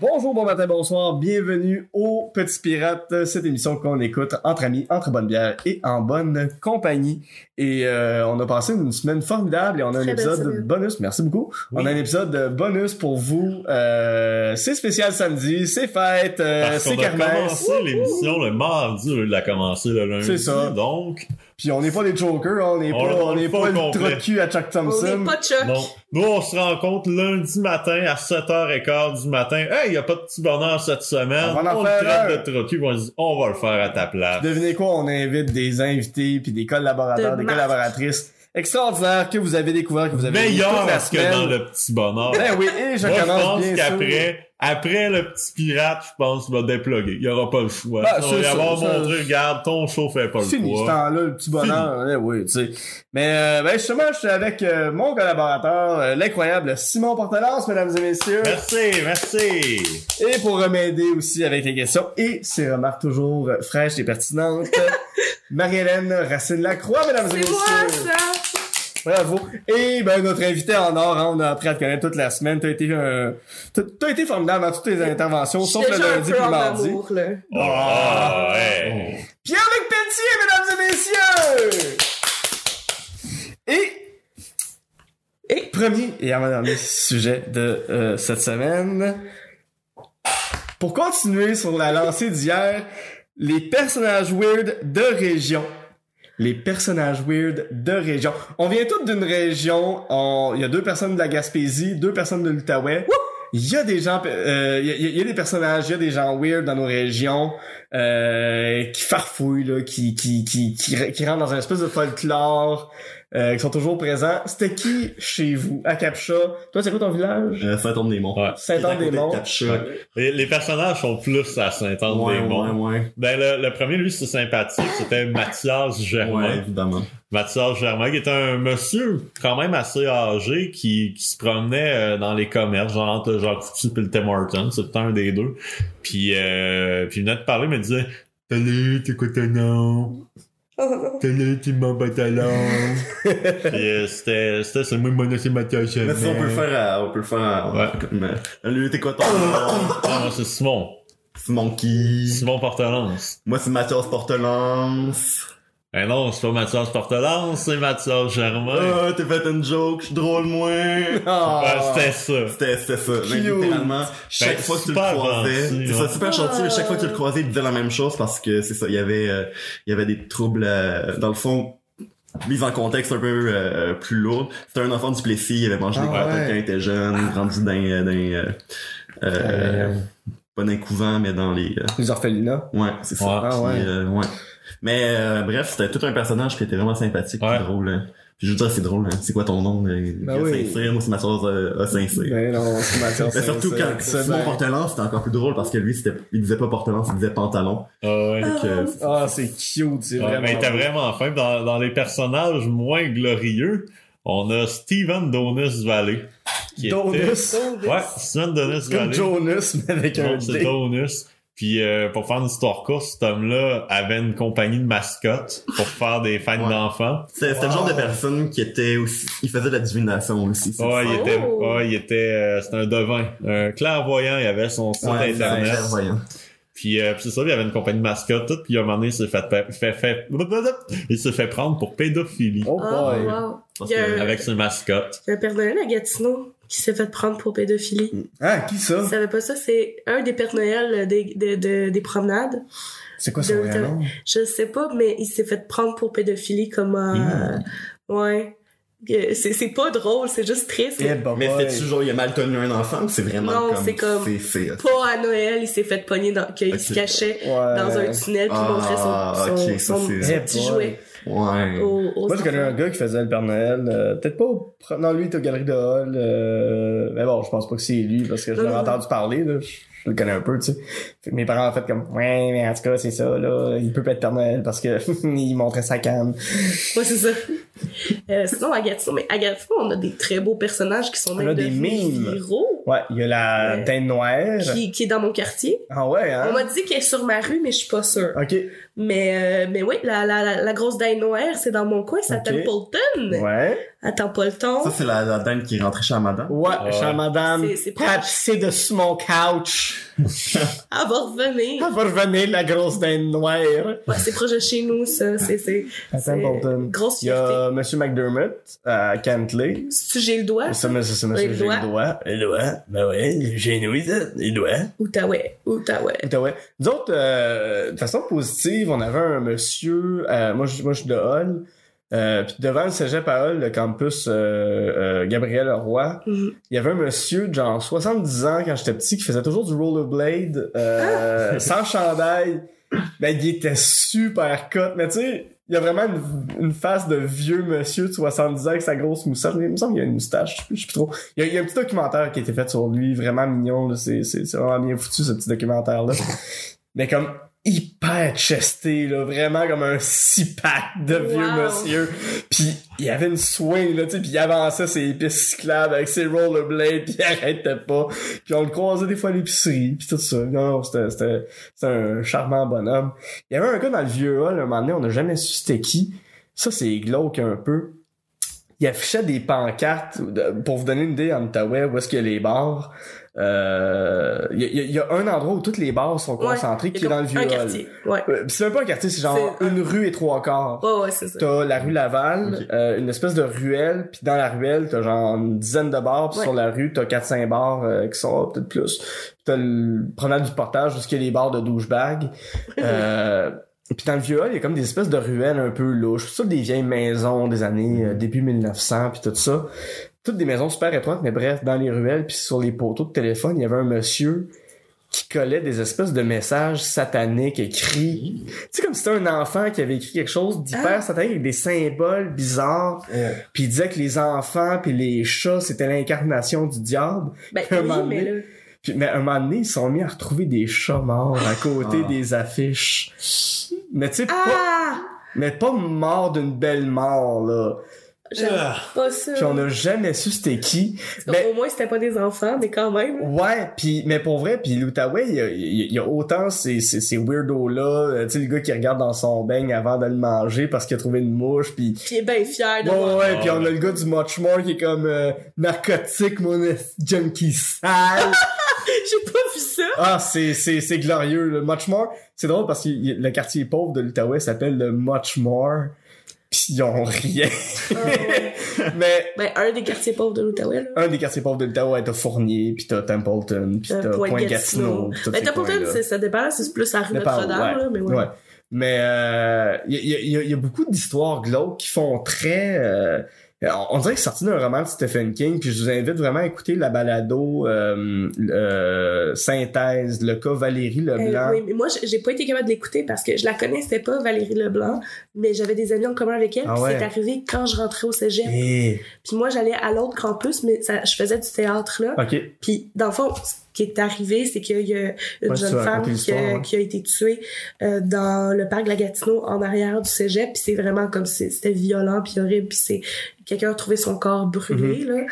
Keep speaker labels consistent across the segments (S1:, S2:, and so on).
S1: Bonjour, bon matin, bonsoir, bienvenue au Petit Pirate, euh, cette émission qu'on écoute entre amis, entre bonnes bières et en bonne compagnie. Et euh, on a passé une semaine formidable et on a un
S2: Très belle
S1: épisode
S2: semaine.
S1: bonus, merci beaucoup. On a un épisode bonus pour vous. Euh, c'est spécial samedi, c'est fête, euh,
S3: Parce
S1: c'est
S3: qu'on a
S1: kermesse.
S3: commencé l'émission le mardi, au lieu de la commencer le lundi.
S1: C'est ça.
S3: Donc,
S1: Puis on n'est pas des jokers, on n'est
S3: On
S1: pas,
S3: l'a
S1: on n'est
S3: pas
S1: pas
S3: au
S1: le
S3: complet.
S1: trou de cul à Chuck
S2: On
S1: Thompson.
S2: n'est pas Chuck.
S3: non. Nous, on se rencontre lundi matin à 7h15 du matin. Hey, il a pas de petit bonheur cette semaine.
S1: On va en
S3: on le
S1: faire un.
S3: traite de trocu, on dit, on va le faire à ta place.
S1: Devinez quoi, on invite des invités puis des collaborateurs,
S2: De
S1: des
S2: marque.
S1: collaboratrices extraordinaires que vous avez découvert, que vous avez vu
S3: Meilleur
S1: toute la
S3: parce que dans
S1: semaine.
S3: le petit bonheur.
S1: Ben oui, et je
S3: Moi, je
S1: commence
S3: pense
S1: bien sûr.
S3: qu'après, après le petit pirate, je pense qu'il va déploguer. Il n'y aura pas le choix.
S1: Ben,
S3: on
S1: c'est
S3: va
S1: ça,
S3: avoir
S1: ça-
S3: montré, regarde, ton show fait pas le
S1: Fini, ce
S3: poids.
S1: temps-là, le petit bonheur, eh oui, tu sais. Mais euh, ben justement, je suis avec euh, mon collaborateur, euh, l'incroyable Simon Portelance, mesdames et messieurs.
S3: Merci, merci.
S1: Et pour euh, m'aider aussi avec les questions et ses remarques toujours euh, fraîches et pertinentes, Marie-Hélène Racine-Lacroix, mesdames et
S2: C'est
S1: messieurs.
S2: moi, ça!
S1: Bravo. Et ben notre invité en or, hein, on a appris à te connaître toute la semaine. T'as été euh, t'as- t'as été formidable dans toutes tes interventions,
S2: Je suis
S1: sauf le
S2: déjà un
S1: lundi
S2: peu
S1: et le
S2: en
S1: mardi.
S2: amour, là.
S3: Oh,
S1: Oh.
S3: ouais.
S1: Pierre-Luc Pelletier, mesdames et messieurs! Et
S2: Et
S1: premier et avant-dernier sujet de euh, cette semaine. Pour continuer sur la lancée d'hier, les personnages weird de région. Les personnages weird de région. On vient tous d'une région. on- Il y a deux personnes de la Gaspésie, deux personnes de l'Outaouais. Il y a des gens, euh, il y, a- il y a des personnages, il y a des gens weird dans nos régions euh, qui farfouillent, là, qui, qui, qui, qui, qui rentrent dans une espèce de folklore, euh, qui sont toujours présents. C'était qui chez vous, à Capcha? Toi, c'est quoi ton village?
S4: Euh, Fantôme des Monts.
S3: Ouais.
S1: Saint-Anne-des-Monts.
S3: Les, les personnages sont plus à
S4: Ouais,
S3: Saint-Anne-des-Monts.
S4: ouais, ouais.
S3: Ben, le, le premier, lui, c'est sympathique. C'était Mathias Germain.
S4: Ouais, évidemment.
S3: Mathias Germain, qui est un monsieur quand même assez âgé qui, qui se promenait euh, dans les commerces, genre entre le Jacques Coutu et le Tim Hortons. C'était un des deux. Puis, euh, puis il venait de parler, il me disait « Salut, t'es quoi ton nom? Salut, t'es mon pantalon? » Puis euh, c'était, c'était, c'est moi, mon nom, c'est Mathias Germain.
S4: Mais ça, on peut le faire à, on peut le faire à,
S3: Ouais.
S4: comme, euh, lui, t'es quoi ton nom?
S3: Ah, moi, c'est Simon.
S4: C'est Monkey.
S3: Simon Portelance.
S4: Moi, c'est Mathias Portelance.
S3: Eh non, c'est pas Mathias Portelance, c'est Mathias Germain.
S4: Ah, t'as fait une joke, je suis drôle, moi.
S3: Ouais,
S1: Euh, Ah.
S3: c'était ça.
S4: C'était, c'était ça. Mais
S1: Cute.
S4: littéralement, chaque
S3: Ben,
S4: fois que tu le
S3: super
S4: croisais,
S3: gentil,
S4: c'est
S3: ouais.
S4: ça, super gentil, mais chaque fois que tu le croisais, il disait la même chose parce que c'est ça, il y avait, euh, il y avait des troubles, euh, dans le fond, mise en contexte un peu euh, plus lourd. C'était un enfant du Plessis, il avait mangé des
S1: Ah
S4: crottes
S1: ouais. Ah.
S4: quand il était jeune, grandi dans, euh, dans, euh, euh,
S1: Euh,
S4: pas dans les couvents, mais dans les, euh,
S1: les orphelinats.
S4: ouais, c'est ça.
S3: Ouais.
S1: Ah
S4: Puis,
S1: ouais.
S4: euh, ouais. Mais euh, bref, c'était tout un personnage qui était vraiment sympathique,
S3: Ouais.
S4: puis drôle. hein. Puis je veux dire, c'est drôle. hein. C'est quoi ton nom? euh,
S1: Ben
S4: Guy
S1: oui.
S4: Saint-Cyr? Moi, c'est ma soeur euh, Saint-Cyr.
S1: Ben non, c'est Mathias.
S4: Mais surtout quand Simon Portelance, c'était encore plus drôle parce que lui, c'était, il disait pas Portelance, il disait pantalon.
S3: Ah ouais.
S4: Fait que, c'est-
S1: Ah, c'est cute, c'est
S3: Ouais,
S1: vraiment.
S3: mais t'as vraiment faim. Dans, dans les personnages moins glorieux, on a Steven Donis Valley. Qui Était...
S1: Donus.
S3: Ouais, Steven Donis
S1: C'est Comme
S3: Valley.
S1: Jonas, mais avec un
S3: Non,
S1: D.
S3: c'est Donis. Puis euh, pour faire une histoire courte, cet homme-là avait une compagnie de mascottes pour faire des fêtes
S4: Ouais.
S3: d'enfants.
S4: c'est- c'était le genre de personne qui était aussi, il faisait de la divination aussi. c'est
S3: Ouais, il
S2: Oh.
S3: était, ouais, il était, euh, c'était un devin, un clairvoyant. Il avait son site
S4: ça. Ouais, c'est
S3: internet.
S4: clairvoyant.
S3: Puis, euh, puis c'est ça, il y avait une compagnie de mascotte, tout, puis à un moment donné, il s'est fait, pa- fait, fait- il s'est fait prendre pour pédophilie
S1: Oh
S2: Oh,
S1: boy.
S2: wow.
S4: Parce
S2: Il y a
S4: que-
S2: un-
S3: avec ses mascottes.
S2: il y a un Père Noël à Gatineau qui s'est fait prendre pour pédophilie.
S1: Ah, qui ça?
S2: Vous savez pas ça? C'est un des Pères Noël des, de- de- des promenades.
S1: C'est quoi son
S2: de-
S1: vrai
S2: de-
S1: nom?
S2: Je sais pas, mais il s'est fait prendre pour pédophilie comme un... Ouais. Euh, C'est c'est pas drôle, c'est juste triste.
S1: Eh, bah,
S4: Mais
S1: ouais.
S4: c'était toujours, il a mal tenu un enfant, ou c'est vraiment
S2: Non,
S4: comme.
S2: c'est comme-
S4: C'est, c'est,
S2: Pas à Noël, il s'est fait pogner dans... qu'il
S4: Ok.
S2: se cachait
S1: Ouais.
S2: dans un tunnel puis
S4: Ah,
S2: montrait son, son,
S4: ok, ça,
S2: son-
S4: c'est-
S2: son
S1: Eh,
S2: petit
S1: boy.
S2: jouet
S4: ouais.
S2: aux, aux
S1: Moi, je connais
S2: enfants.
S1: un gars qui faisait le Père Noël. euh, Peut-être pas au... pre- Non, lui, il était aux Galeries de Hall. euh, Mais bon, je pense pas que c'est lui, parce que je
S2: Non,
S1: l'avais
S2: non, non.
S1: entendu parler, là. Je je le connais un peu, tu sais. Fait que mes parents ont fait comme, ouais, mais en tout cas, c'est ça, là. Il peut pas être Père Noël parce que il montrait sa canne.
S2: Ouais, c'est ça. Euh, sinon, à Gatineau, mais à Gatineau, on a des très beaux personnages qui sont
S1: On a
S2: même
S1: des
S2: devenus
S1: mimes.
S2: viraux,
S1: Ouais, il y a la
S2: Ouais.
S1: teinte noire.
S2: qui, qui est dans mon quartier.
S1: Ah ouais, hein?
S2: On m'a dit qu'elle est sur ma rue, mais je suis pas sûre.
S1: Ok.
S2: Mais, euh, mais oui, la, la, la, la grosse dinde noire, c'est dans mon coin, c'est
S1: Ok.
S2: à Templeton.
S1: Ouais.
S2: À Templeton.
S4: Ça, c'est la, la dame qui est rentrée chez la madame.
S1: Ouais,
S3: Ouais.
S1: chère madame,
S2: C'est- c'est proche.
S1: tapissez de mon couch.
S2: Elle va revenir.
S1: Elle va revenir, la grosse dinde noire.
S2: Ouais, c'est proche de chez nous, ça. C'est, c'est,
S1: À
S2: c'est
S1: Templeton.
S2: grosse
S1: Il y
S2: fierté.
S1: a Monsieur McDermott à Cantley.
S2: Si tu j'ai le doigt,
S1: Ça, mais ça, c'est monsieur,
S2: Oui,
S1: j'ai
S2: doigt.
S1: le doigt. Le doigt. Ben ouais, j'ai une ouïe, le doigt.
S2: Outaouais, Outaouais.
S1: Écoute, ouais. Nous autres, euh, de façon positive, on avait un monsieur, euh, moi, je- moi je suis de Hull, euh, puis devant le cégep à Hull, le campus euh, euh, Gabriel Roy,
S2: Mhm.
S1: il y avait un monsieur de genre 70 ans quand j'étais petit qui faisait toujours du rollerblade euh, sans chandail. Ben, il était super cut, mais tu sais, il y a vraiment une, une face de vieux monsieur de 70 ans avec sa grosse moustache. Il me semble qu'il a une moustache, je sais plus- je sais plus trop. Il y, a, il y a un petit documentaire qui a été fait sur lui, vraiment mignon. là. C'est c'est- c'est vraiment bien foutu, ce petit documentaire-là. Mais comme hyper chesté, là, vraiment comme un six-pack de vieux
S2: Wow.
S1: monsieur. Puis il avait une swing, là, tu sais, puis il avançait ses pistes cyclables avec ses rollerblades, puis il arrêtait pas. Puis on le croisait des fois à l'épicerie, puis tout ça. Non, non, c'était- c'était c'était un charmant bonhomme. Il y avait un gars dans le vieux hall, un moment donné, on n'a jamais su c'était qui. Ça, c'est glauque un peu. Il affichait des pancartes, de- pour vous donner une idée, en Outaouais, où est-ce qu'il y a les bars. Euh, Il y, a- il y a- il y a un endroit où toutes les bars sont
S2: Ouais,
S1: concentrées
S2: Il y a
S1: qui est dans le vieux
S2: un
S1: hall.
S2: quartier. Ouais.
S1: Euh, C'est même pas un quartier, c'est genre
S2: C'est-
S1: une rue et trois quarts.
S2: Ouais, ouais, c'est ça.
S1: T'as la rue Laval,
S4: Ok.
S1: euh, une espèce de ruelle, puis dans la ruelle, t'as genre une dizaine de bars, puis
S2: Ouais.
S1: sur la rue, t'as 4-5 bars euh, qui sont là, peut-être plus. Puis T'as le promenade du portage jusqu'à les bars de douchebag. Euh, puis dans le vieux hall, il y a comme des espèces de ruelles un peu louches. C'est ça des vieilles maisons des années euh, début 1900, puis tout ça. Toutes des maisons super étroites, mais bref, dans les ruelles, puis sur les poteaux de téléphone, il y avait un monsieur qui collait des espèces de messages sataniques écrits. Tu sais, comme si c'était un enfant qui avait écrit quelque chose d'hyper
S2: Ah.
S1: satanique avec des symboles bizarres. Puis il disait que les enfants puis les chats, c'était l'incarnation du diable.
S2: Ben,
S1: un
S2: oui,
S1: moment
S2: mais là,
S1: Puis, mais à un moment donné, ils se sont mis à retrouver des chats morts à côté
S4: Ah.
S1: des affiches. Mais tu sais, pas,
S2: Ah!
S1: mais pas mort d'une belle mort, là.
S2: J'aime
S1: Ah!
S2: pas ça.
S1: Puis on n'a jamais su c'était qui. ben-
S2: Au moins, c'était pas des enfants, mais quand même.
S1: Ouais, puis mais pour vrai, puis l'Outaouais, il y a, il y a autant ces, ces, ces weirdos-là, euh, tu sais, le gars qui regarde dans son beigne avant de le manger parce qu'il a trouvé une mouche, puis
S2: Puis il est bien fier de
S1: Ouais, ouais,
S2: moi.
S1: ouais, puis on a le gars du Muchmore qui est comme euh, narcotique, mon esti de junkie sale.
S2: J'ai pas vu ça.
S1: ah, c'est, c'est, c'est glorieux, le Muchmore. C'est drôle parce que il- le quartier pauvre de l'Outaouais s'appelle le Muchmore. Pis ils ont rien. Mais
S2: Ben, un des quartiers pauvres de l'Outaouais, là.
S1: un des quartiers pauvres de l'Outaouais, t'as Fournier, pis t'as Templeton, pis
S2: Euh,
S1: t'as Pointe-Gatineau. pis tous
S2: Ben,
S1: ces
S2: Templeton,
S1: coins-là.
S2: c'est- ça dépend, c'est plus la rue
S1: Dépend,
S2: Notre-Dame,
S1: ouais.
S2: là, mais ouais.
S1: Ouais. Mais euh, il y, a- il y a- il y a beaucoup d'histoires glauques qui font très... euh, on- on dirait que c'est sorti d'un roman de Stephen King, puis je vous invite vraiment à écouter la balado euh, euh, synthèse, le cas Valérie
S2: Euh,
S1: Leblanc.
S2: oui, mais moi, j'ai- j'ai pas été capable de l'écouter parce que je la connaissais pas, Valérie Leblanc, mais j'avais des amis en commun avec elle,
S1: Ah
S2: puis
S1: ouais.
S2: c'est arrivé quand je rentrais au cégep.
S1: Eh,
S2: Puis moi, j'allais à l'autre campus, mais ça- je faisais du théâtre, là.
S1: ok.
S2: Puis, dans le fond, ce qui est arrivé, c'est qu'il y a une
S1: Ouais, tu
S2: jeune
S1: as
S2: femme
S1: raconté
S2: qui
S1: l'histoire,
S2: a,
S1: ouais.
S2: qui a été tuée euh, dans le parc de la Gatineau, en arrière du cégep. Puis c'est vraiment comme si c'était violent, puis horrible. Puis c'est quelqu'un a trouvé son corps brûlé, là.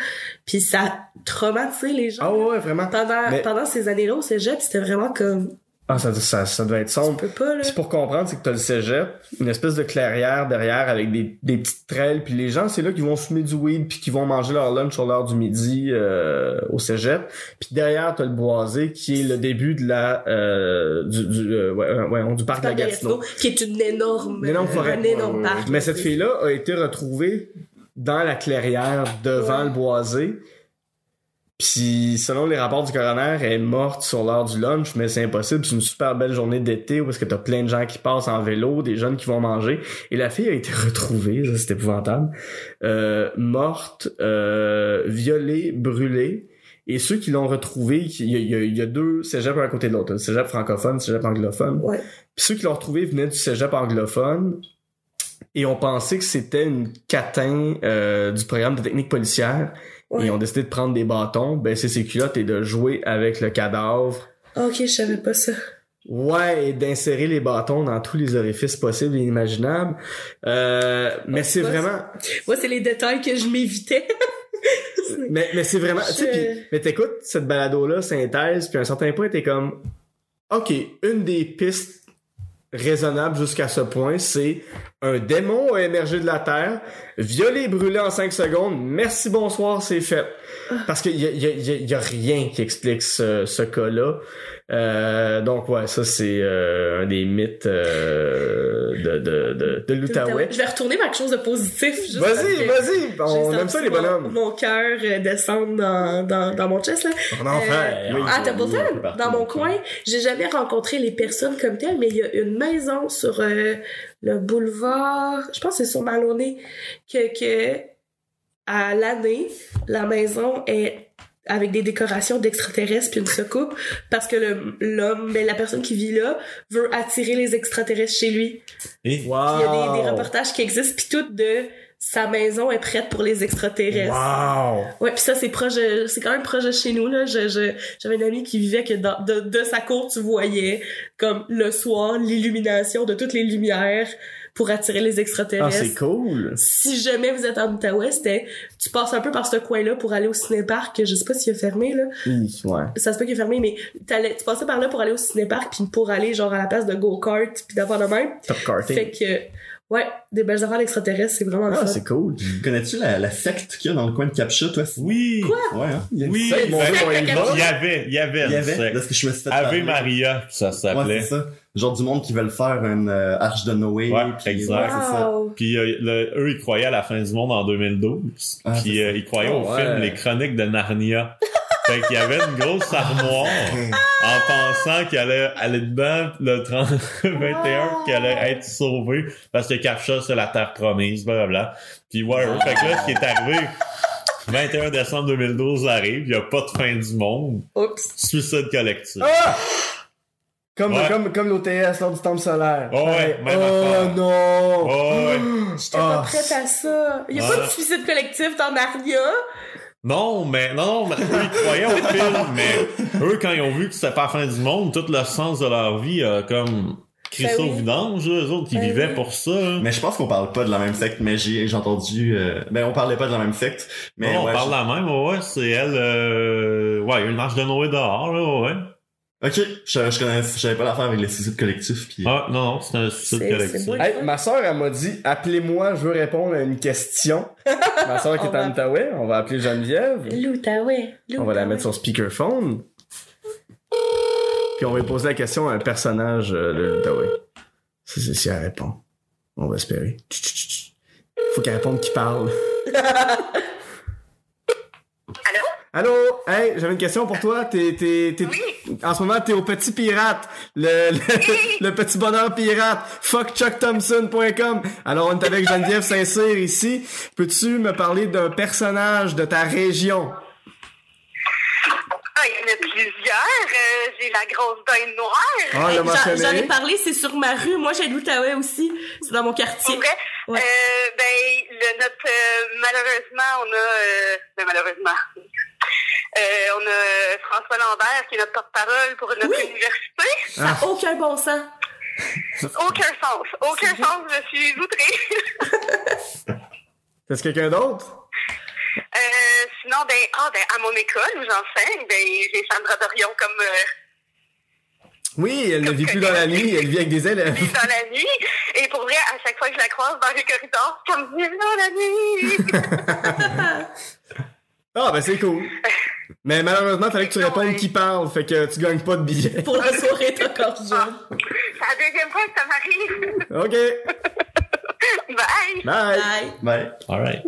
S2: Puis ça a traumatisé les gens.
S1: Mhm. Ah ouais, vraiment.
S2: Pendant,
S1: Mais-
S2: pendant ces années-là au cégep, c'était vraiment comme...
S1: Ah, ça, ça, ça devait être
S2: On
S1: sombre.
S2: peut pas, là.
S1: Puis pour comprendre, c'est que t'as le cégep, une espèce de clairière derrière avec des, des petites trelles, puis les gens, c'est là qu'ils vont fumer du weed, puis qu'ils vont manger leur lunch sur l'heure du midi euh, au cégep. Puis derrière, t'as le boisé qui est le début de la euh, du, du, euh, ouais, euh, ouais, du parc de la
S2: Parc de la
S1: Gatineau.
S2: Gatineau, qui est une énorme...
S1: Une énorme forêt.
S2: Un énorme
S4: Ouais, ouais,
S2: parc.
S1: Mais cette
S2: C'est-
S1: fille-là a été retrouvée dans la clairière devant
S2: Ouais.
S1: le boisé. Puis, selon les rapports du coroner, elle est morte sur l'heure du lunch, mais c'est impossible. C'est une super belle journée d'été où est-ce que t'as plein de gens qui passent en vélo, des jeunes qui vont manger. Et la fille a été retrouvée, ça c'est épouvantable, euh, morte, euh, violée, brûlée. Et ceux qui l'ont retrouvée, qui- il y, a- il y a- il y a deux cégeps un à côté de l'autre, le cégep francophone, le cégep anglophone.
S2: Ouais.
S1: Puis ceux qui l'ont retrouvé venaient du cégep anglophone et ont pensé que c'était une catin euh, du programme de technique policière
S2: Ouais.
S1: et ont décidé de prendre des bâtons, baisser ses culottes et de jouer avec le cadavre.
S2: Ah, Ok, je savais pas ça.
S1: Ouais, et d'insérer les bâtons dans tous les orifices possibles et inimaginables. Euh, mais c'est
S2: Ouais,
S1: vraiment...
S2: Moi, c'est les détails que je m'évitais.
S1: Mais, mais c'est vraiment... tu sais,
S2: Je-
S1: puis- mais t'écoutes cette balado-là, synthèse, puis à un certain point, t'es comme... OK, une des pistes raisonnable jusqu'à ce point, c'est un démon a émergé de la terre, violé et brûlé en 5 secondes, merci, bonsoir, c'est fait. Parce qu'il y a, y a- y a- y a rien qui explique ce, ce cas-là. Euh, donc ouais, ça c'est euh, un des mythes euh, de, de, de, de l'Outaouais.
S2: Je vais retourner vers quelque chose de positif. juste parce
S1: Vas-y,
S2: que
S1: vas-y, on
S2: j'ai
S1: aime ça
S2: senti
S1: les bonhommes.
S2: Mon, mon cœur euh, descendre dans, dans, dans mon chest. Là.
S1: On en
S2: Euh,
S1: fait.
S4: oui.
S1: oui.
S2: à
S4: ils ont mis un peu
S2: Templeton,
S4: partout,
S2: dans mon
S4: donc,
S2: coin, j'ai jamais rencontré les personnes comme telles, mais il y a une maison sur euh, le boulevard, je pense que c'est sur Maloney, que, que à l'année, la maison est avec des décorations d'extraterrestres puis une soucoupe parce que le- l'homme, ben, la personne qui vit là veut attirer les extraterrestres chez lui.
S1: Wow.
S2: Puis
S3: Et
S2: Il y a
S1: Oh.
S2: des, des reportages qui existent puis tout de sa maison est prête pour les extraterrestres.
S1: Wow.
S2: Ouais, puis ça c'est proche, de- c'est quand même proche de chez nous là. Je, je- j'avais une amie qui vivait que dans- de, de sa cour tu voyais comme le soir l'illumination de toutes les lumières pour attirer les
S1: Ah,
S2: extraterrestres.
S1: c'est cool.
S2: Si jamais vous êtes en Outaouais, c'était tu passes un peu par ce coin-là pour aller au cinéparc. Je sais pas s'il est fermé là.
S1: Hi, Ouais.
S2: Ça se peut qu'il est fermé, mais t'allais- tu passais par là pour aller au cinéparc puis pour aller genre à la place de go-kart puis d'avoir le même.
S1: Top
S2: Fait
S1: karting.
S2: que ouais, des belles affaires d'extraterrestres, c'est vraiment le
S1: Ah,
S2: fun.
S1: c'est cool.
S4: Connais-tu la, la secte qu'il y a dans le coin de Capcha, toi? c'est-
S3: oui!
S4: Ouais, hein?
S1: Il y a une
S3: Oui,
S1: fête, mon
S3: fait
S1: Dieu, on y
S2: que-
S1: va.
S3: Il y avait, il y avait,
S4: Il y
S3: une
S4: avait,
S3: secte.
S4: là, ce que je me suis fait
S3: Ave
S4: parler.
S3: Maria, ça
S4: Ouais,
S3: s'appelait.
S4: c'est ça. Genre du monde qui veulent faire une euh, arche de Noé.
S3: Ouais,
S4: puis-
S3: exact.
S4: ouais, c'est ça.
S2: Wow.
S3: Puis euh, le- eux, ils croyaient à la fin du monde en 2012.
S4: Ah,
S3: puis
S4: c'est
S3: euh, ils croyaient
S1: Oh,
S3: au
S1: ouais.
S3: film Les Chroniques de Narnia. fait qu'il y avait une grosse armoire en pensant qu'il allait aller dedans le 30,
S1: Ah.
S3: 21 puis qu'il allait être sauvé parce que Captcha, c'est la terre promise, blablabla. Puis ouais, eux, fait que là, ce qui est arrivé... 21 décembre 2012 arrive, il y a pas de fin du monde.
S2: Oups.
S3: Suicide collectif.
S1: Ah! Comme,
S3: Ouais.
S1: comme, comme l'OTS lors du temple solaire.
S3: Oh ouais,
S1: Pareil.
S3: même
S1: oh
S3: affaire.
S1: non!
S3: Oh ouais.
S2: J'étais
S1: Ah,
S2: pas prête à ça. Il y a
S3: Ah.
S2: pas de suicide collectif dans Narnia.
S3: Non, mais non, mais eux, ils croyaient au film, mais eux, quand ils ont vu que c'était pas la fin du monde, tout le sens de leur vie a comme crissé
S2: Ben oui.
S3: au vidange, là, eux autres, ils
S2: Ben
S3: vivaient
S2: oui.
S3: pour ça. hein.
S4: Ah. Mais je pense qu'on parle pas de la même secte, mais j'ai j'ai entendu... Euh... Ben, on parlait pas de la même secte, mais...
S3: Non, on
S4: ouais,
S3: parle de la même, ouais, ouais, c'est elle, euh, ouais, il y a une marche de Noé dehors, là, ouais.
S4: je- Ok, je, je connais, je savais pas l'affaire avec les suicides collectifs. Puis...
S3: Ah, non, non, c'est un suicide
S2: C'est-
S3: collectif.
S2: c'est moi.
S1: Hey, ma soeur, elle m'a dit, appelez-moi, je veux répondre à une question. ma soeur qui
S2: On
S1: est
S2: va-
S1: en Outaouais, on va appeler Geneviève.
S2: L'Outaouais.
S1: On va la mettre sur speakerphone. Puis on va lui poser la question à un personnage euh, de l'Outaouais. Si, si, si elle répond. On va espérer. Tch, tch, tch. Faut qu'elle réponde qui parle. Allô? Allô? Hey, j'avais une question pour toi. T'es, t'es, t'es- En ce moment, t'es au Petit Pirate. Le, le, le Petit Bonheur Pirate. Fuckchuckthompson.com. Alors, on est avec Geneviève Saint-Cyr ici. Peux-tu me parler d'un personnage de ta région?
S5: Ah, il y en a plusieurs. Euh, j'ai la grosse dinde noire.
S1: Ah, on l'a
S2: J'en j'en ai
S1: mentionné.
S2: parlé, c'est sur ma rue. Moi, j'ai l'Outaouais aussi. C'est dans mon quartier.
S5: Pour vrai,
S2: Ouais.
S5: euh, ben, le, notre, euh, malheureusement, on a, euh, ben, malheureusement, Euh, on a François Lambert qui est notre porte-parole pour notre
S2: Oui.
S5: université.
S2: Ça n'a Ah. aucun bon sens.
S5: Aucun sens, aucun sens, je suis outrée.
S1: Est-ce quelqu'un d'autre?
S5: Euh, sinon, ben, ah, ben, à mon école où j'enseigne, ben, j'ai Sandra Dorion comme euh,
S1: Oui, elle ne vit plus dans la nuit, elle vit avec des élèves.
S5: vivre dans la nuit. Et pour vrai, à chaque fois que je la croise dans les corridors, comme vive dans la nuit.
S1: Ah, ben c'est cool. Mais malheureusement, fallait que tu répondes qui parle, fait que tu gagnes pas de billets.
S2: Pour la soirée, t'es encore jeune.
S5: C'est la deuxième fois que ça m'arrive.
S1: OK,
S5: Bye!
S1: bye.
S2: Bye.
S4: Ouais.
S3: Alright.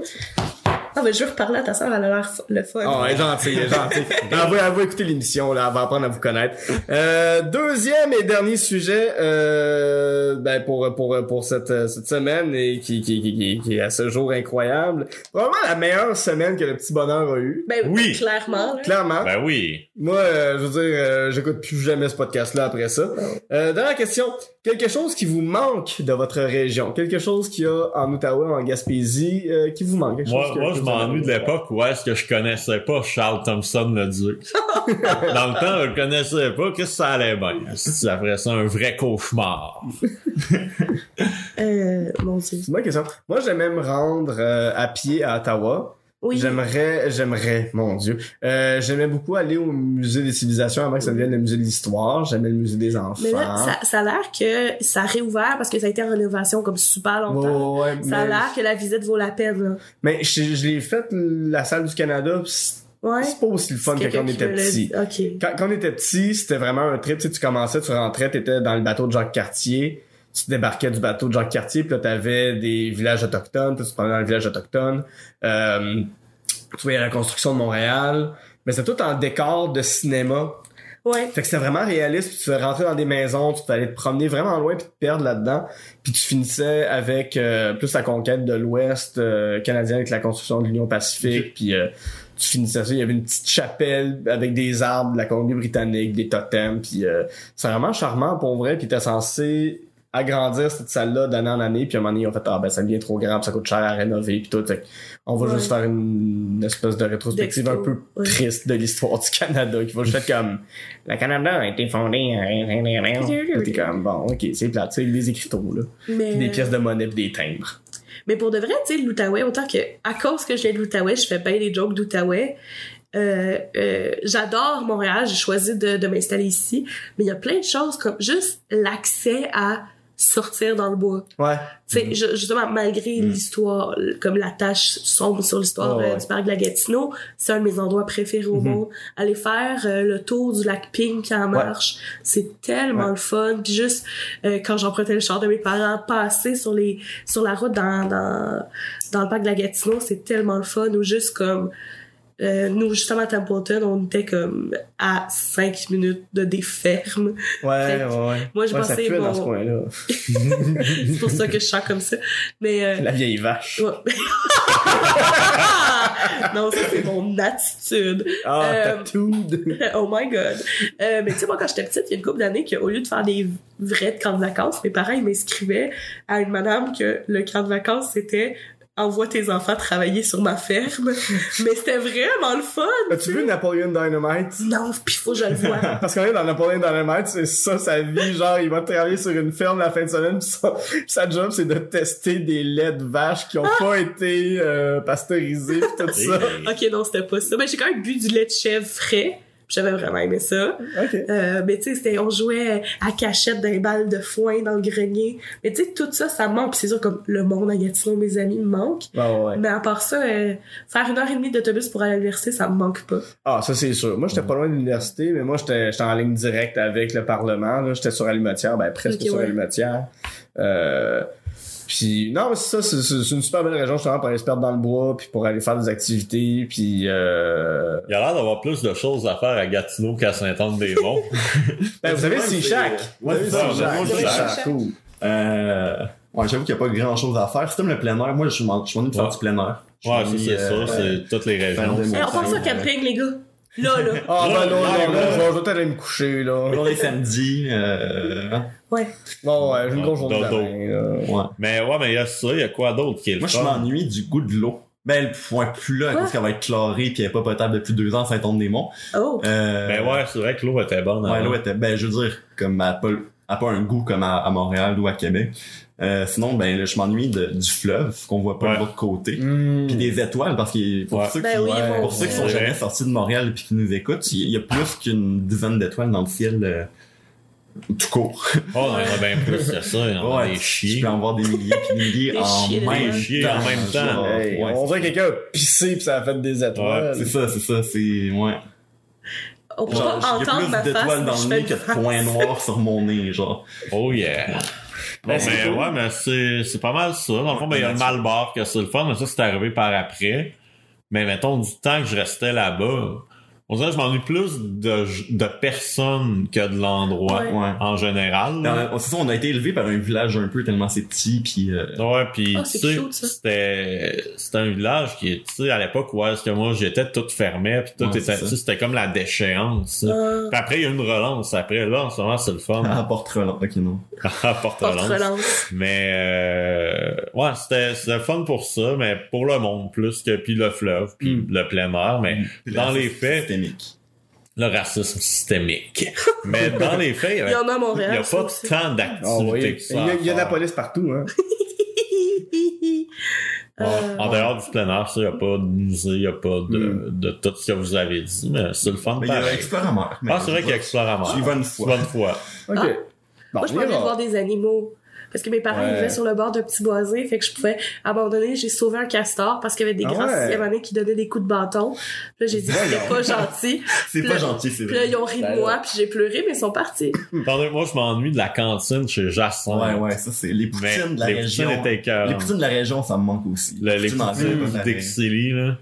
S2: Ah, mais je veux reparler à ta soeur, elle a l'air f- le fun.
S1: Oh, elle est gentille, elle est gentille. Elle va, elle va écouter l'émission, là, elle va apprendre à vous connaître. Euh, deuxième et dernier sujet euh, ben pour, pour, pour cette, euh, cette semaine et qui, qui, qui, qui, qui est à ce jour incroyable. Probablement la meilleure semaine que le petit bonheur a eue.
S2: Ben
S3: Oui.
S2: clairement. là.
S1: Clairement.
S3: Ben oui.
S1: Moi, euh, je veux dire, euh, j'écoute plus jamais ce podcast-là après ça.
S2: Ah
S1: Euh, dernière question. Quelque chose qui vous manque de votre région? Quelque chose qu'il y a en Outaouais, en Gaspésie, euh, qui vous manque? Quelque
S3: Moi,
S1: chose que-
S3: moi
S1: que
S3: je
S1: vous avez
S3: m'ennuie de
S1: envie
S3: l'époque où est-ce que je connaissais pas Charles Thompson le Duc. Dans le temps, je le connaissais pas, qu'est-ce que ça allait bien? Si après ça, un vrai cauchemar.
S2: Euh, mon Dieu.
S1: C'est une bonne question. Moi, j'aimais me rendre euh, à euh, pied à Ottawa.
S2: Oui.
S1: J'aimerais, j'aimerais, mon Dieu. Euh, j'aimais beaucoup aller au musée des civilisations avant que ça devienne le musée de l'histoire. J'aimais le musée des enfants.
S2: Mais là, ça, ça a l'air que ça a réouvert parce que ça a été en rénovation comme super
S1: Ouais, ouais,
S2: longtemps.
S1: ouais,
S2: Ça a
S1: mais-
S2: l'air que la visite vaut la peine. Là.
S1: Mais je, je l'ai fait la salle du Canada, pis c'est
S2: Ouais.
S1: c'est pas aussi le fun que
S2: C'est
S1: quand on était
S2: quelqu'un qui me l'a
S1: petit.
S2: dit. Ok.
S1: Quand, quand on était petit, c'était vraiment un trip. Tu, sais, tu commençais, tu rentrais, t'étais dans le bateau de Jacques Cartier, tu débarquais du bateau de Jacques Cartier, puis là t'avais des villages autochtones, puis tu te promenais dans les villages autochtones. Euh, tu voyais la construction de Montréal, mais c'est tout en décor de cinéma.
S2: Ouais.
S1: Fait que c'était vraiment réaliste, puis tu te rentrais dans des maisons, tu t'allais te promener vraiment loin puis te perdre là-dedans, puis tu finissais avec euh, plus la conquête de l'Ouest euh, canadien avec la construction de l'Union Pacifique, puis euh, tu finissais ça, il y avait une petite chapelle avec des arbres de la Colombie-Britannique, des totems, puis euh, c'est vraiment charmant pour vrai, puis t'es censé agrandir cette salle-là d'année en année, puis à un moment donné, ils ont fait « Ah ben, ça devient trop grand, puis ça coûte cher à rénover, puis tout. Fait que on va
S2: Ouais.
S1: juste faire une, une espèce de rétrospective un
S2: D'expo,
S1: peu
S2: ouais.
S1: triste de l'histoire du Canada, qui va juste être comme... Le Canada a été fondé en... T'es comme, bon, ok, c'est plat, tu sais, des écriteaux, là.
S2: Mais...
S1: Puis des pièces de monnaie pis des timbres.
S2: Mais pour de vrai, tu sais, l'Outaouais, autant que, à cause que je viens de l'Outaouais, je fais bien des jokes d'Outaouais. Euh, euh, J'adore Montréal, j'ai choisi de, de m'installer ici, mais il y a plein de choses comme juste l'accès à sortir dans le bois.
S1: Ouais.
S2: Tu
S1: Mm-hmm.
S2: sais, ju- justement, malgré l'histoire, l- comme la tâche sombre sur l'histoire
S1: Mm. Ah ouais.
S2: euh, du parc de la Gatineau, c'est un de mes endroits préférés au
S1: Mhm.
S2: monde. Aller faire euh, le tour du lac Pink en marche, c'est tellement
S1: Ouais.
S2: le fun. Puis juste, euh, quand j'empruntais le char de mes parents, passer sur les sur la route dans, dans, dans le parc de la Gatineau, c'est tellement le fun. Ou juste comme... euh, nous, justement, à Templeton, on était comme à 5 minutes de des fermes.
S1: Ouais,
S2: Fait
S1: ouais,
S2: que
S1: ouais.
S2: moi, je
S1: ouais, ça
S2: pensais,
S1: pue dans
S2: bon-
S1: ce coin-là.
S2: C'est pour ça que je chante comme ça. Mais... euh,
S1: La vieille vache.
S2: Ouais. non, ça c'est mon attitude.
S1: Ah,
S2: Euh,
S1: tattooed.
S2: oh my god. Euh, mais tu sais, moi quand j'étais petite, il y a une couple d'années qu'au lieu de faire des vrais camps de vacances, mes parents ils m'inscrivaient à une madame que le camp de vacances c'était envoie tes enfants travailler sur ma ferme. mais c'était vraiment le fun.
S1: As-tu vu Napoleon Dynamite?
S2: Non, pis faut que je le vois.
S1: Parce qu'on est dans Napoléon Dynamite, c'est ça sa vie, genre il va travailler sur une ferme la fin de semaine, pis son- pis sa job c'est de tester des laits de vaches qui ont
S2: Ah!
S1: pas été euh, pasteurisés pis tout ça.
S2: ok, non, c'était pas ça. Mais j'ai quand même bu du lait de chèvre frais. J'avais vraiment aimé ça.
S1: Ok.
S2: Euh, mais tu sais, c'était- on jouait à cachette d'un bal de foin dans le grenier. Mais tu sais, tout ça, ça me manque. Puis c'est sûr, comme le monde à Gatineau, mes amis, me manque.
S1: Ouais, ouais.
S2: Mais à part ça, euh, faire une heure et demie d'autobus pour aller à l'université, ça me manque pas.
S1: Ah, ça c'est sûr. Moi, j'étais pas loin de l'université, mais moi, j'étais j'étais en ligne directe avec le Parlement. là. J'étais sur Alumetière, ben presque
S2: Ok,
S1: sur
S2: ouais.
S1: Alumetière. Euh, puis non, mais c'est ça, c'est- c'est c'est une super belle région justement pour aller se perdre dans le bois, puis pour aller faire des activités, puis euh...
S3: Il y a l'air d'avoir plus de choses à faire à Gatineau qu'à Saint-Anne-des-Monts.
S1: ben, vous savez si
S4: c'est-
S1: Jacques.
S4: Ouais, c'est ça, moi,
S2: c'est
S1: Jacques,
S2: Jacques.
S1: cool.
S4: Euh, ouais, j'avoue qu'il n'y a pas grand chose à faire. C'est comme le plein air. Moi, je suis m'en- je suis venu de faire
S3: Ouais.
S4: du plein air. Je
S3: Ah. Ouais, ça
S4: suis,
S3: c'est
S4: euh,
S3: ça, c'est toutes les régions.
S4: fan de
S2: Hey, on part
S4: montagne.
S2: ça au camping, les gars. Là, là.
S1: Ah ben
S3: Là,
S1: non,
S3: là,
S1: non,
S3: là.
S1: non, je vais- je vais peut-être aller me coucher là.
S4: On est samedi. Euh, hein.
S2: Ouais.
S1: Bon, ouais, j'ai une grosse journée
S3: Dodo.
S1: demain, là.
S4: ouais.
S3: Mais ouais, mais il y a ça, il y a quoi d'autre qui est le
S4: Moi, je
S3: fun?
S4: m'ennuie du goût de l'eau. Ben, le point plus là, à
S2: Ouais.
S4: cause qu'elle va être chlorée puis elle est pas potable depuis deux ans, ça tombe des monts.
S2: Oh.
S4: Euh,
S3: Ben ouais, c'est vrai que l'eau était bonne.
S4: Ouais,
S3: avant.
S4: l'eau était, ben, je veux dire, comme à pas, elle a pas un goût comme à, à Montréal ou à Québec. Euh, sinon, ben, là, je m'ennuie de- du fleuve, qu'on voit pas
S3: Ouais.
S4: de l'autre côté.
S1: Hmm.
S4: Puis des étoiles, parce que pour
S3: Ouais.
S4: ceux qui,
S2: Ben oui,
S1: ouais,
S2: mon
S4: pour ceux qui sont
S3: Ouais.
S4: jamais sortis de Montréal puis qui nous écoutent, il y a plus qu'une dizaine d'étoiles dans le ciel, euh, tout court.
S3: Oh, non, il y en a bien plus que ça, il y en a Ah, ben, des
S4: Tu peux
S3: chiens.
S4: en voir des milliers puis des milliers
S2: Des
S4: en
S2: chiens, des
S4: même
S3: chiens
S4: temps.
S3: en même temps.
S4: genre,
S1: Hey,
S4: ouais,
S1: on
S4: c'est
S1: dirait que quelqu'un a pissé pis ça a fait des étoiles.
S4: C'est ça, c'est ça, c'est. Ouais.
S2: On peut
S4: Genre,
S2: pas
S4: il y a
S2: entendre ma
S4: plus
S2: face.
S4: d'étoiles dans
S2: mais je
S4: le nez que
S2: fais
S4: de points noirs sur mon nez, genre.
S3: Oh yeah.
S1: Ben,
S3: Bon,
S1: c'est
S3: mais
S1: cool.
S3: ouais, mais c'est, c'est pas mal ça. Dans le fond, ben, il y a le Malbar que c'est le fun, mais ça, c'est arrivé par après. Mais mettons, du temps que je restais là-bas, on dirait que je m'ennuie plus de, de personnes que de l'endroit,
S2: Ouais.
S4: Ouais.
S3: en général.
S4: Dans- on- c'est ça, on a été élevé par un village un peu tellement c'est petit, puis euh,
S3: Ouais, puis
S2: Ah,
S3: tu
S2: c'est
S3: sais,
S2: cute, ça.
S3: c'était c'était un village qui tu sais à l'époque où est-ce que moi j'étais tout fermé puis tout
S4: Ouais,
S3: était
S4: c'est ça.
S3: tu sais, c'était comme la déchéance. ça.
S2: Ah,
S3: Puis après il y a une relance après là en ce moment c'est le fun
S1: Ah.
S4: à porte relance. Ok, non.
S3: à porte
S2: porte
S3: relance.
S2: Ah, relance.
S3: Mais euh, ouais, c'était c'était le fun pour ça mais pour le monde plus que puis le fleuve puis
S1: Mm.
S3: le plein air mais dans les faits
S4: Systémique.
S3: le racisme systémique. mais dans les faits il y
S2: Il
S3: avait-
S2: y en a à
S3: il
S2: Montréal.
S3: n'y a
S2: ça
S3: pas
S2: aussi.
S3: tant
S1: Ah,
S3: d'activités
S1: oui.
S3: que
S1: Il
S3: ça.
S1: y a-
S3: à
S1: il y a de la
S3: faire.
S1: police partout, hein.
S3: Bon,
S2: Euh,
S3: en dehors du plein air, il n'y a pas de musée, il n'y a pas de,
S4: Mm.
S3: de tout ce que vous avez dit, mais c'est le fun.
S4: Mais il y a
S3: pareil.
S4: Explore Amère.
S3: Ah, c'est vrai qu'il y a Explore à mort.
S4: Tu y vas une
S3: Tu y
S4: fois.
S3: vas une fois.
S1: Ok. Bon,
S2: Ah. Moi, je
S1: on
S2: m'en allais
S1: ira.
S2: voir des animaux. Parce que mes parents,
S1: Ouais.
S2: ils vivaient sur le bord d'un petit boisé, fait que je pouvais abandonner. J'ai sauvé un castor parce qu'il y avait des
S1: Ah
S2: grands
S1: ouais.
S2: sixième année qui donnaient des coups de bâton. Puis Là, j'ai dit, c'était pas gentil.
S4: C'est
S2: Puis
S4: pas
S2: là-
S4: gentil, c'est
S2: Puis là,
S4: vrai.
S2: ils ont ri
S1: Ben
S2: de moi, puis j'ai pleuré, mais ils sont partis.
S3: Attendez, moi, je m'ennuie de la cantine chez Jacinthe.
S4: Hmm. Ouais, ouais, ça c'est les
S3: Mais
S4: poutines de la
S3: les
S4: région.
S3: poutines étaient écœurantes.
S4: Les poutines de la région, ça me manque aussi.
S3: Le- les
S4: Poutines en ville,
S3: poutines
S4: pas pareil.
S3: d'Exili, là.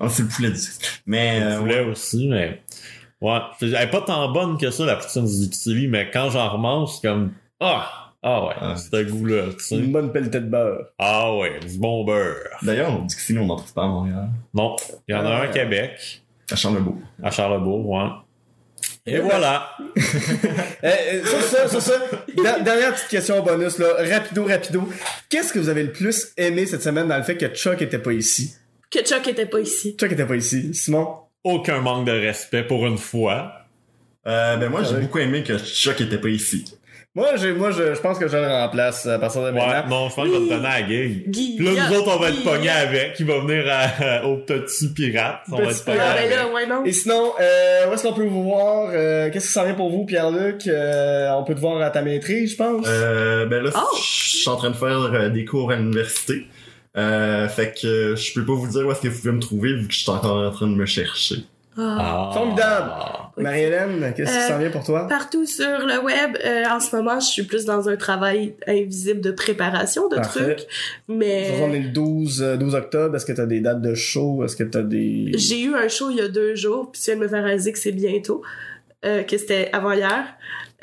S4: Ah, c'est le poulet du. Mais
S3: Je
S4: euh,
S3: voulais aussi, mais. Ouais. Elle est pas tant bonne que ça, la poutine d'Exili, mais quand j'en remange, c'est comme. Ah! Ah ouais,
S4: Ah.
S3: c'est un goût-là, tu sais.
S1: Une bonne pelletée de beurre.
S3: Ah ouais, du bon beurre.
S4: d'ailleurs, on dit que sinon on n'en trouve pas à Montréal.
S3: Non, il y en a
S4: Euh,
S1: Ah.
S3: un à Québec,
S4: À Charlebourg.
S3: à Charlebourg, ouais. Et
S1: Et
S3: voilà.
S1: Eh, eh, sur ça, sur ça, da- dernière petite question bonus, là. Rapido, rapido. Qu'est-ce que vous avez le plus aimé cette semaine dans le fait que Chuck était pas ici?
S2: Que Chuck était pas ici.
S1: Chuck était pas ici. Simon?
S3: Aucun manque de respect pour une fois.
S4: Euh, ben moi j'ai
S1: Ouais.
S4: beaucoup aimé que Chuck était pas ici.
S1: Moi, j'ai, moi, je, je pense que je le remplace à partir de
S3: Ouais,
S1: maintenant.
S3: non, je pense que je vais te donner à la gig.
S2: Guy.
S3: Puis Là, nous
S2: Guy-
S3: autres, on va
S2: Guy-
S3: être pognés avec. Il va venir à- au petit pirate. On va
S1: Petit pirate.
S3: être pognés
S2: Ah, ben
S3: avec.
S2: là, ouais, non.
S1: Et sinon, euh, où est-ce qu'on peut vous voir? Euh, qu'est-ce qui s'en vient pour vous, Pierre-Luc? Euh, on peut te voir à ta maîtrise, je pense.
S4: Euh, ben là,
S2: Oh!
S4: je suis en train de faire euh, des cours à l'université. Euh, fait que euh, je peux pas vous dire où est-ce que vous pouvez me trouver vu que je suis encore en train de me chercher.
S2: Ah.
S3: Ah.
S1: Formidable. Marie-Hélène, qu'est-ce qui
S2: Euh,
S1: s'en vient pour toi?
S2: Partout sur le web, euh, en ce moment, je suis plus dans un travail invisible de préparation de
S1: Parfait.
S2: trucs,
S1: De toute façon, on
S2: mais
S1: est le 12, euh, 12 octobre. Est-ce que t'as des dates de show? Est-ce que t'as des...
S2: j'ai eu un show il y a deux jours, puis tu viens de me faire réaliser que c'est bientôt, euh, que c'était avant hier.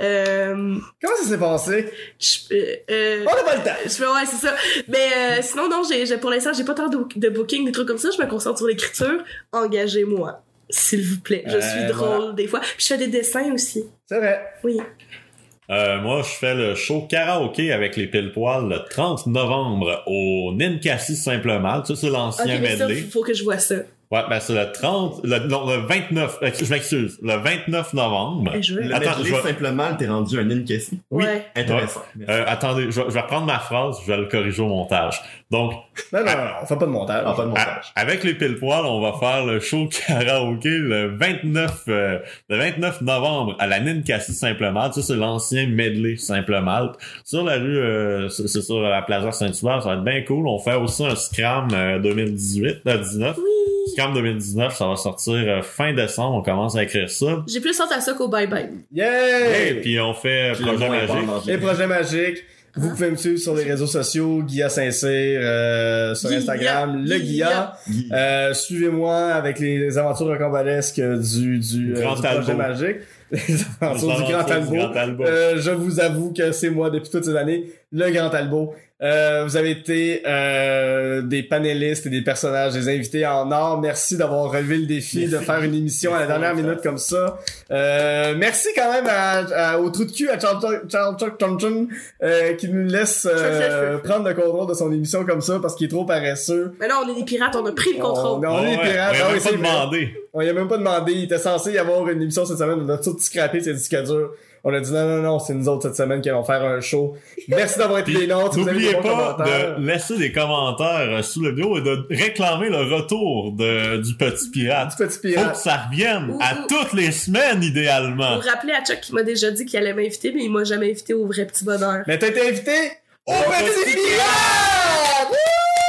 S2: Euh,
S1: Comment ça s'est passé?
S2: je, euh, euh,
S1: On
S3: Oh!
S1: n'a pas le temps!
S2: je fais ouais c'est ça mais euh, sinon non j'ai j'ai- pour l'instant j'ai pas tant de, de booking des trucs comme ça je me concentre sur l'écriture engagez-moi s'il vous plaît je
S1: Euh,
S2: suis drôle des fois puis je fais des dessins aussi
S1: C'est vrai.
S2: oui
S3: Euh, moi, je fais le show karaoké avec les pile poils le 30 novembre au Ninkasi Simplement. Ça, c'est
S2: ok
S3: l'ancien
S2: mais ça
S3: medley.
S2: faut que je vois ça
S3: Ouais, ben c'est le 30, le, non, le 29, euh, je m'excuse, le 29 novembre.
S2: Ben, je veux
S4: Le
S3: Attends,
S4: medley,
S3: je vais-
S4: simplement, t'es rendu un Ninkasi.
S3: Oui.
S2: ouais.
S4: Intéressant.
S3: Euh, attendez, je vais, je vais reprendre ma phrase, je vais le corriger au montage. Donc,
S1: Non, non, on fait pas de montage.
S4: Ah, pas de
S3: à-
S4: montage.
S3: avec les pile poils on va faire le show karaoké le 29, euh, le 29 novembre à la Ninkasi Simplement. Ça, c'est l'ancien medley Simplement. Sur la rue, euh, c'est c'est sur la plaza Saint-Hubert, ça va être bien cool. On fait aussi un scram euh, 2018, euh, 19.
S2: oui
S3: Scram 2019, ça va sortir euh, fin décembre. On commence à écrire ça.
S2: j'ai plus hâte à ça qu'au bye bye
S1: Yay!
S3: Et puis on fait euh,
S4: Puis le
S3: Ah, projet
S4: mot est pas
S3: magique.
S4: en
S1: Et
S4: anglais.
S1: Projet Magique. Vous pouvez me suivre sur les réseaux sociaux, Guilla Saint-Cyr, euh, sur
S2: Guilla,
S1: Instagram, le Guilla.
S2: Guilla.
S4: Guy.
S1: Euh, Suivez-moi avec les aventures rocambolesques du, du, euh,
S3: Grand
S1: du
S3: Talbot.
S1: Projet Magique. Les
S3: Les
S1: aventures du Grand
S3: aventures
S1: Talbot.
S3: Talbot.
S1: Euh, je vous avoue que c'est moi depuis toutes ces années, le Grand Talbot. Euh, vous avez été euh, des panélistes et des personnages, des invités en or. Merci d'avoir relevé le défi
S4: Merci.
S1: de faire une émission à la
S4: Merci,
S1: dernière
S4: Vincent.
S1: minute comme ça. Euh, merci quand même à, à- au trou de cul à Charles Charles- Chuck Thompson euh, qui nous laisse euh, prendre le contrôle de son émission comme ça parce qu'il est trop paresseux.
S2: mais là on est des pirates on a pris le
S1: On,
S2: contrôle
S1: on est
S3: Ah
S1: des
S3: ouais,
S1: pirates. Ah
S3: on a
S1: oui,
S3: même pas
S1: c'est vrai.
S3: demandé.
S1: On y a même pas demandé. Il était censé y avoir une émission cette semaine. On a tout scrappé ses disques durs. On a dit non, non, non, c'est nous autres cette semaine qui allons faire un show. Merci d'avoir été des nôtres. Vous avez des
S3: N'oubliez
S1: bons
S3: pas
S1: commentaires.
S3: de laisser des commentaires euh, sous le vidéo et de réclamer le retour de, du petit pirate.
S1: Du petit
S3: Faut que
S1: pirate.
S3: ça revienne
S2: Ouh,
S3: à
S2: ouh.
S3: toutes les semaines idéalement.
S2: vous rappelez à Chuck qui m'a déjà dit qu'il allait m'inviter mais il m'a jamais invité au vrai petit bonheur
S1: Mais t'as été invité au
S3: Au
S1: petit
S3: Petit
S1: pirate! Wouh!